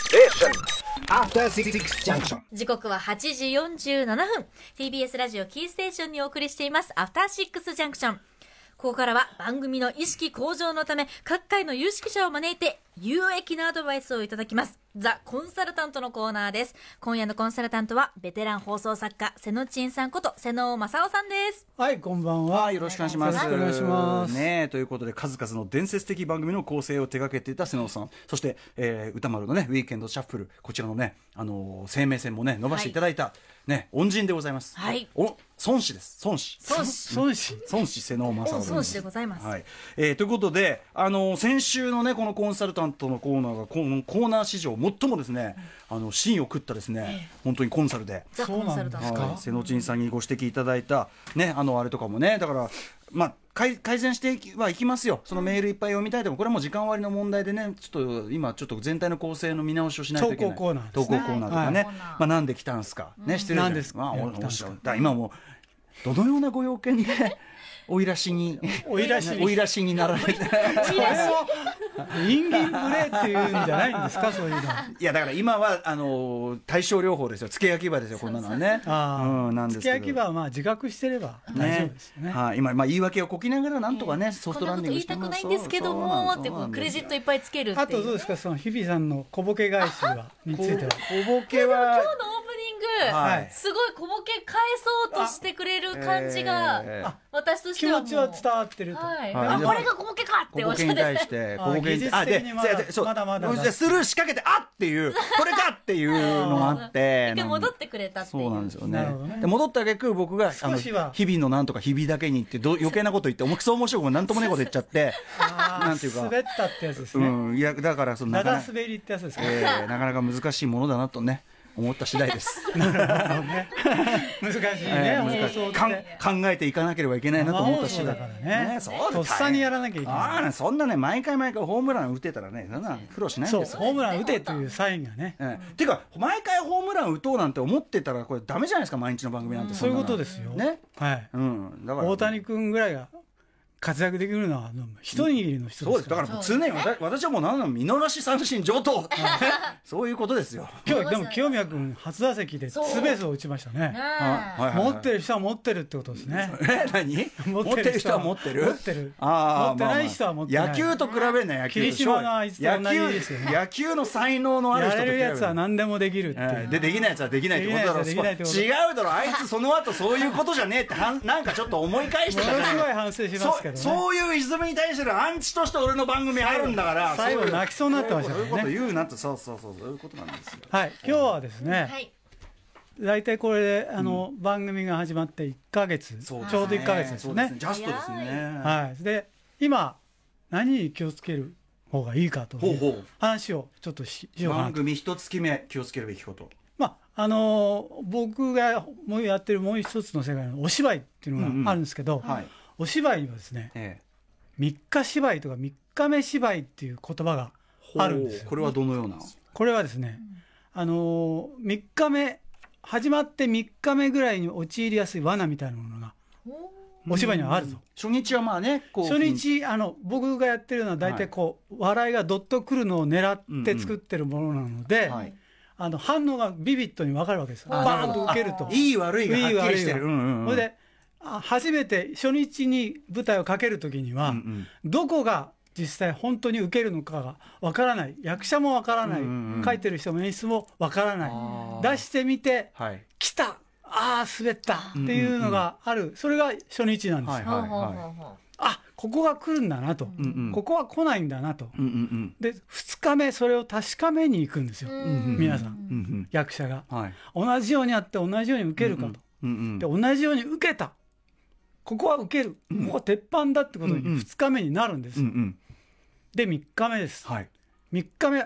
Station. After Six Junction. 時刻は8時47分 TBS ラジオキーステーションにお送りしていますアフターシックスジャンクションここからは番組の意識向上のため各界の有識者を招いて有益なアドバイスをいただきますザ・コンサルタントのコーナーです今夜のコンサルタントはベテラン放送作家瀬野珍さんこと瀬野正夫さんですはい、こんばんは。はい、よろしくお願いします。よろしくお願いします。ねえということで、数々の伝説的番組の構成を手掛けていた瀬野さん、そして、えー歌丸のね、ウィーケンドシャッフル、こちらのね、あのー生命線もね、伸ばしていただいた、ね、恩人でございます。はいお、孫子です、孫子。孫子孫子。孫子瀬能正夫孫子でございますはいえーということで、あのー先週のねこのコンサルタントのコーナーがこのコーナー史上最もですね、あの芯を食ったですね、本当にコンサルで。ザ・コンサルタンそうトなんですかはい瀬野陳さんにご指摘いただいた、ね、あのあれとかもね、だから、まあ、改改善していきはいきますよ、そのメールいっぱい読みたいでも、これはもう時間割の問題でね、ちょっと今、ちょっと全体の構成の見直しをしないといけな投い、稿コーナーですね投稿コーナーとかね、はいまあ、なんで来たんすか、ね、失礼じゃないですか、まあ、なんおで来たんすかおだから今もう、どのようなご用件で おいらしに、おいらしにおいらしになられて、これを、インギンプレーっていうんじゃないんです か、そういうの。いや、だから今はあの対症療法ですよ、つけ焼き場ですよ、こんなのはね。あうんなんあ、です付けけ焼どき場はまあ自覚してれば大丈夫ですよね。はい、今、まあ、言い訳をこきながら、なんとかね、ソフこトんなこランとデ言ィングいしてたまくすないんですけどもってそうなこうんですクレジットいっぱいつけるっていうあとどうですか、その日比さんの小ボケ返しは、については。小ボケ今日はのオープニング、はいすごい小ボケ返そうとしてくれる感じが、えー私とし気ては持もうちは伝わってると。はい、はいあでこれが小ボケかって小おボっケしゃっに対てして、あ小ボケに技術的にまだあでそうまだまだそうじゃあスルー仕掛けて、あっていう、これかっていうのがあって。で戻っなんてくれたっていうそうなんですよなるほどね。ねで戻った挙句僕が、あの、少しは日々のなんとか日々だけにって、ど余計なこと言って、おもくそ面白くもなんともねえこと言っちゃって、ああなんていうか滑ったってやつですうね。ん、いや、だから、その、なだかだな滑りってやつですか。えーなかなか難しいものだなとね、思った次第です。 難しいえね、ー放難し送いっかんて。考えていかなければいけないなと思ったし生放送だからねそうだとっさにやらなきゃいけないああそんなね毎回毎回ホームラン打てたらねそんな苦労しないんそう、ですよホームラン打てというサインがね。ええていうか毎回ホームラン打とうなんて思ってたらこれダメじゃないですか毎日の番組なんてそういうことですすよ。ねはい。うんだから大谷君ぐらいが活躍できるのはうん一握りの人そうでですすだかからら常に私私はもう何なの見逃し三振上 等そういうことですよ今日でも清宮君初打席でツーベースを打ちましたねねえはいはいは持いってる人は持ってるってことですねえ何持ってる人は持ってる持ってるああ持ってない人は持ってない野球と比べんな野球霧島のあいつと同じですよね野球野球の才能のあるや人とれ比べるるやつは何でもできるっていうえーでできないやつはできないってことだろできないやつはできないってこと違うだろあいつその後そういうことじゃねえってはんなんかちょっと思い返してもたじのゃないすごい反省しますけどそうねそういう泉に対するアンチとして俺の番組入るんだから最後そういう泣きそうになってましたからねそういうこと言うなってそうそうそうそういうことなんですよはい今日はですはねい大体これであの番組が始まって1か月ちょうど1か月ですよねジャストですねはい、で今何に気をつける方がいいかとほいうほうう話をちょっとししようかな番と、組一月目気をつけるべきことまああのー僕がもうやってるもう一つの世界のお芝居っていうのがあるんですけど、うんうんはいお芝居にはですねええ3日芝居とか3日目芝居っていう言葉があるんですほようこれはどのようなこれはですね、あのー、3日目始まって3日目ぐらいに陥りやすい罠みたいなものがお芝居にはあると。初日はまあねこう初日あの僕がやってるのは大体こう、笑いがどっとくるのを狙って作ってるものなので、はいあの反応がビビッドに分かるわけですよあバーンと受けると。いい悪いがはっきりしていい悪いるがうんうんうんそれであ初めて初日に舞台をかける時には、うんうんどこが実際本当に受けるのかが分からない役者も分からない、うんうんうん書いてる人も演出も分からないあー出してみてはい来たあー滑ったっていうのがある、それが初日なんですよ。はいほうほうほうほうあここが来るんだなと、んうんここは来ないんだなと、うんうんで2日目それを確かめに行くんですよ、うん皆さうんんうん役者がうんはい同じようにやって同じように受けるかと、うんうんで同じように受けたここは受ける、ここは鉄板だってことにうんうん2日目になるんです、うんうんで3日目です、はい3日目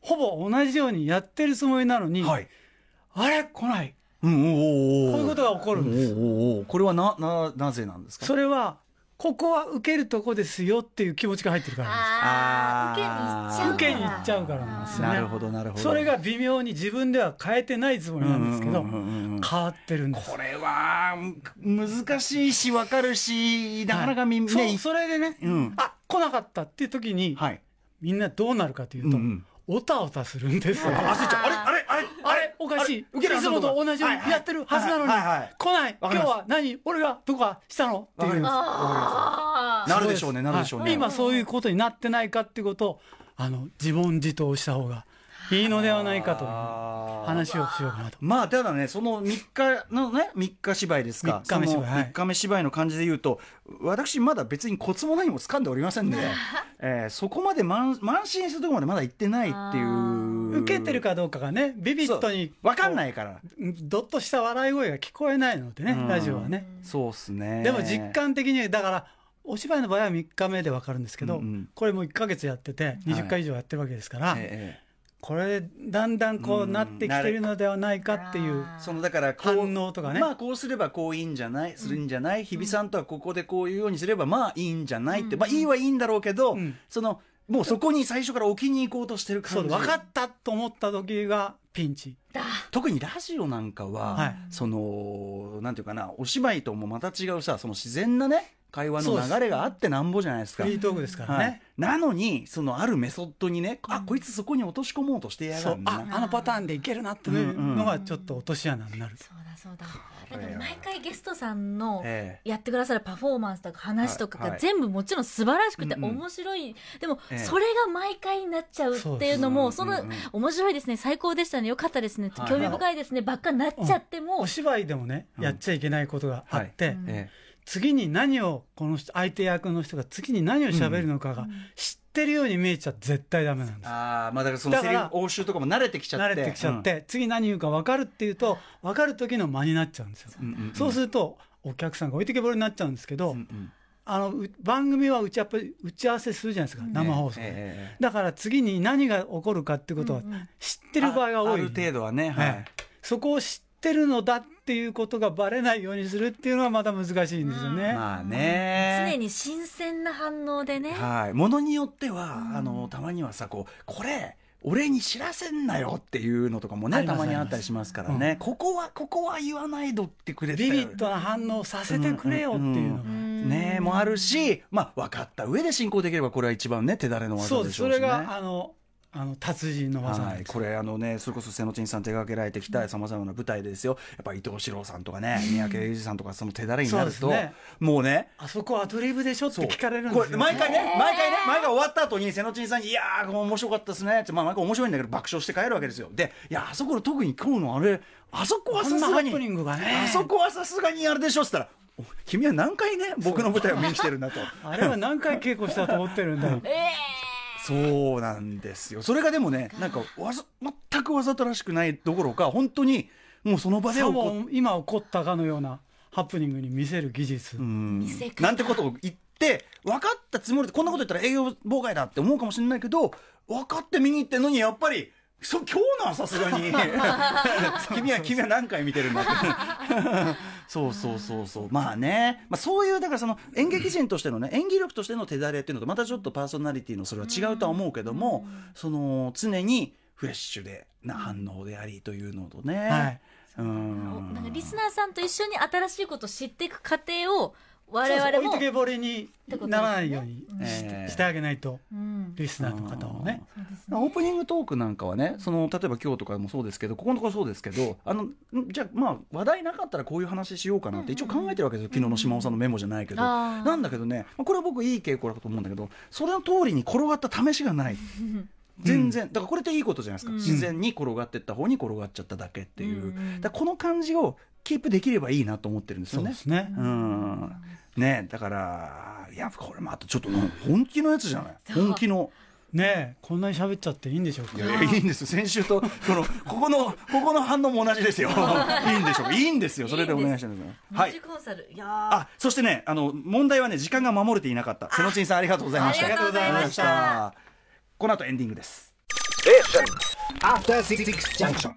ほぼ同じようにやってるつもりなのに、はいあれ来ないうんおーおーおーこういうことが起こるんですおーおーおーこれはなななぜなんですかそれはここは受けるとこですよっていう気持ちが入ってるからなんであすあーー受受けけにに行行っっちちゃゃううかかららななんんでですすねね。なるほどなるほどそれが微妙に自分では変えてないつもりなんですけど、うんうんうんうん変わってるんです。これは難しいし分かるしなかなかみんはいねそうそれでね、うんあ来なかったっていう時に、はいみんなどうなるかというと、うんうんおたおたするんですよ。あ焦っちゃうあれあれああれれおかしい。い受けつもと同じようにやってるはずなのにはいはいはいはい、来ない。今わ日かりますは何俺がどこかしたのってわかいりうま。あなるでしょうねなるでしょうはいね今そういうことになってないかってことを、あの、自問自答した方がいいのではないかというあー話をしようかなと。まあただねその3日のね3日芝居ですか三日目芝居そのはい三日目芝居の感じで言うと私まだ別にコツも何も掴んでおりません ねえーそこまで満慢心するとこまでまだ行ってないっていう受けてるかどうかがね、ビビットに、分かんい。ないからどっとした笑い声が聞こえないのでねうん、ラジオはね。そうっすねでも実感的に、だから、お芝居の場合は3日目で分かるんですけど、うんうんこれもう1ヶ月やってて、20回以上やってるわけですから、えこれ、だんだんこうなってきてるのではないかっていう、えそのだからこう反応とかねまあこうすればこういいんじゃないするんじゃない、日比さんとはここでこういうようにすればまあいいんじゃないって、まあいいはいいんだろうけど、うんそのもうそこに最初から置きに行こうとしてるそう感分じかったと思った時がピンチ。特にラジオなんかは、はいそのなんていうかなお芝居ともまた違うさその自然なね会話の流れがあってなんぼじゃないですフか。リートークですからはね。い、なのにそのあるメソッドにね、あこいつそこに落とし込もうとしてやそがうるなああのパターンでいけるなっていうのがちょっと落とし穴になる、そうだそうだこれなはんか毎回ゲストさんのえやってくださるパフォーマンスとか話とかはいがはい全部もちろん素晴らしくてうんうん面白い、でもええそれが毎回になっちゃうっていうのもそそうでのすうんうんうん面白いですね最高でしたねよかったですねはい興味深いですねばっかになっちゃっても、お芝居でもね、うんやっちゃいけないことがあって、はうんええ次に何をこの人相手役の人が次に何を喋るのかうがん知ってるように見えちゃ絶対ダメなんです、ああまあだからそのセリフだから応酬とかも慣れてきちゃっ慣てれてきちゃって、次何言うか分かるっていうと分かる時の間になっちゃうんですよ、うん、うんうんそうするとお客さんが置いてけぼりになっちゃうんですけど、うんうんあのう番組は打ち合わせ打ち合わせするじゃないですか、生放送で、ええええだから次に何が起こるかってことはうんうん知ってる場合が多い、あある程度はねはい、はいそこを知ってるのだっていうことがバレないようにするっていうのはまた難しいんですよね。まあね常に新鮮な反応でね、はい、ものによっては、あのたまにはさこうこれ俺に知らせんなよっていうのとかもあねりたますまにあったりしますからね、ここはここは言わないどってくれてビビットな反応させてくれよっていうのが、うんねえもあるし、まあ、分かった上で進行できればこれは一番ね手だれのそ技うでですしょそうしね。れがあのあの達人の技なはんい、です、これあのねそれこそ瀬野珍さん手掛けられてきたさまざまな舞台でですよやっぱ伊藤四郎さんとかね三宅英二さんとかその手だれになるそと、うですねもうねあそこアドリブでしょってそう聞かれるんこでれすよ毎回ね、毎回ね、毎回終わった後に、瀬野ちんさんに、いやー、これ面白かったですねって、まあ、毎回面白いんだけど、爆笑して帰るわけですよ。で、いや、あそこの特に今日のあれ、あそこはさすあんながハに、プニングがねあそこはさすがにあれでしょっつったら、お君は何回ね、僕の舞台を見に来てるんだと。あれは何回稽古したと思ってるんだよええ そうなんですよ。それがでもね、なんか、わざ、全くわざとらしくないどころか、本当に、もうその場でさ起こっも今起こったかのようなハプニングに見せる技術、うん見せ方なんてことを言って分かったつもりでこんなこと言ったら営業妨害だって思うかもしれないけど分かって見に行ってんのにやっぱりそ今日のはさすがに 君は君は何回見てるんだって そうそうそうそうまあね、まあ、そういうだからその演劇人としてのね演技力としての手だれっていうのとまたちょっとパーソナリティのそれは違うとは思うけどもその常にフレッシュでな反応でありというのとね、はいうんなんかリスナーさんと一緒に新しいことを知っていく過程を我そうそう々置いもてけぼりにならないようにことですし,、ねしてあげないとうんリスナーの方をね、そうですねオープニングトークなんかはねその例えば今日とかもそうですけどここのところそうですけどあのんじゃあまあ話題なかったらこういう話しようかなって一応考えてるわけですよ、昨日の島尾さんのメモじゃないけど、うんあーなんだけどねまあこれは僕いい傾向だと思うんだけどそれの通りに転がった試しがない全然だからこれっていいことじゃないですか、自然に転がってった方に転がっちゃっただけっていうう、んうんだからこの感じをキープできればいいなと思ってるんですそようねで。すね、うんねだからいやこれまたちょっとね本気のやつじゃないそう本気の。ねえこんなに喋っちゃっていいんでしょうかいやいやいいんですよ先週とこのここのここの反応も同じ ですよいいんでしょういいんですよそれでお願いしますは文字いコンサル、い、やーあそしてねあの問題はね時間が守れていなかった瀬野ちんさんありがとうございましたありがとうございましたありがとうございましたこの後エンディングです After Six Junction.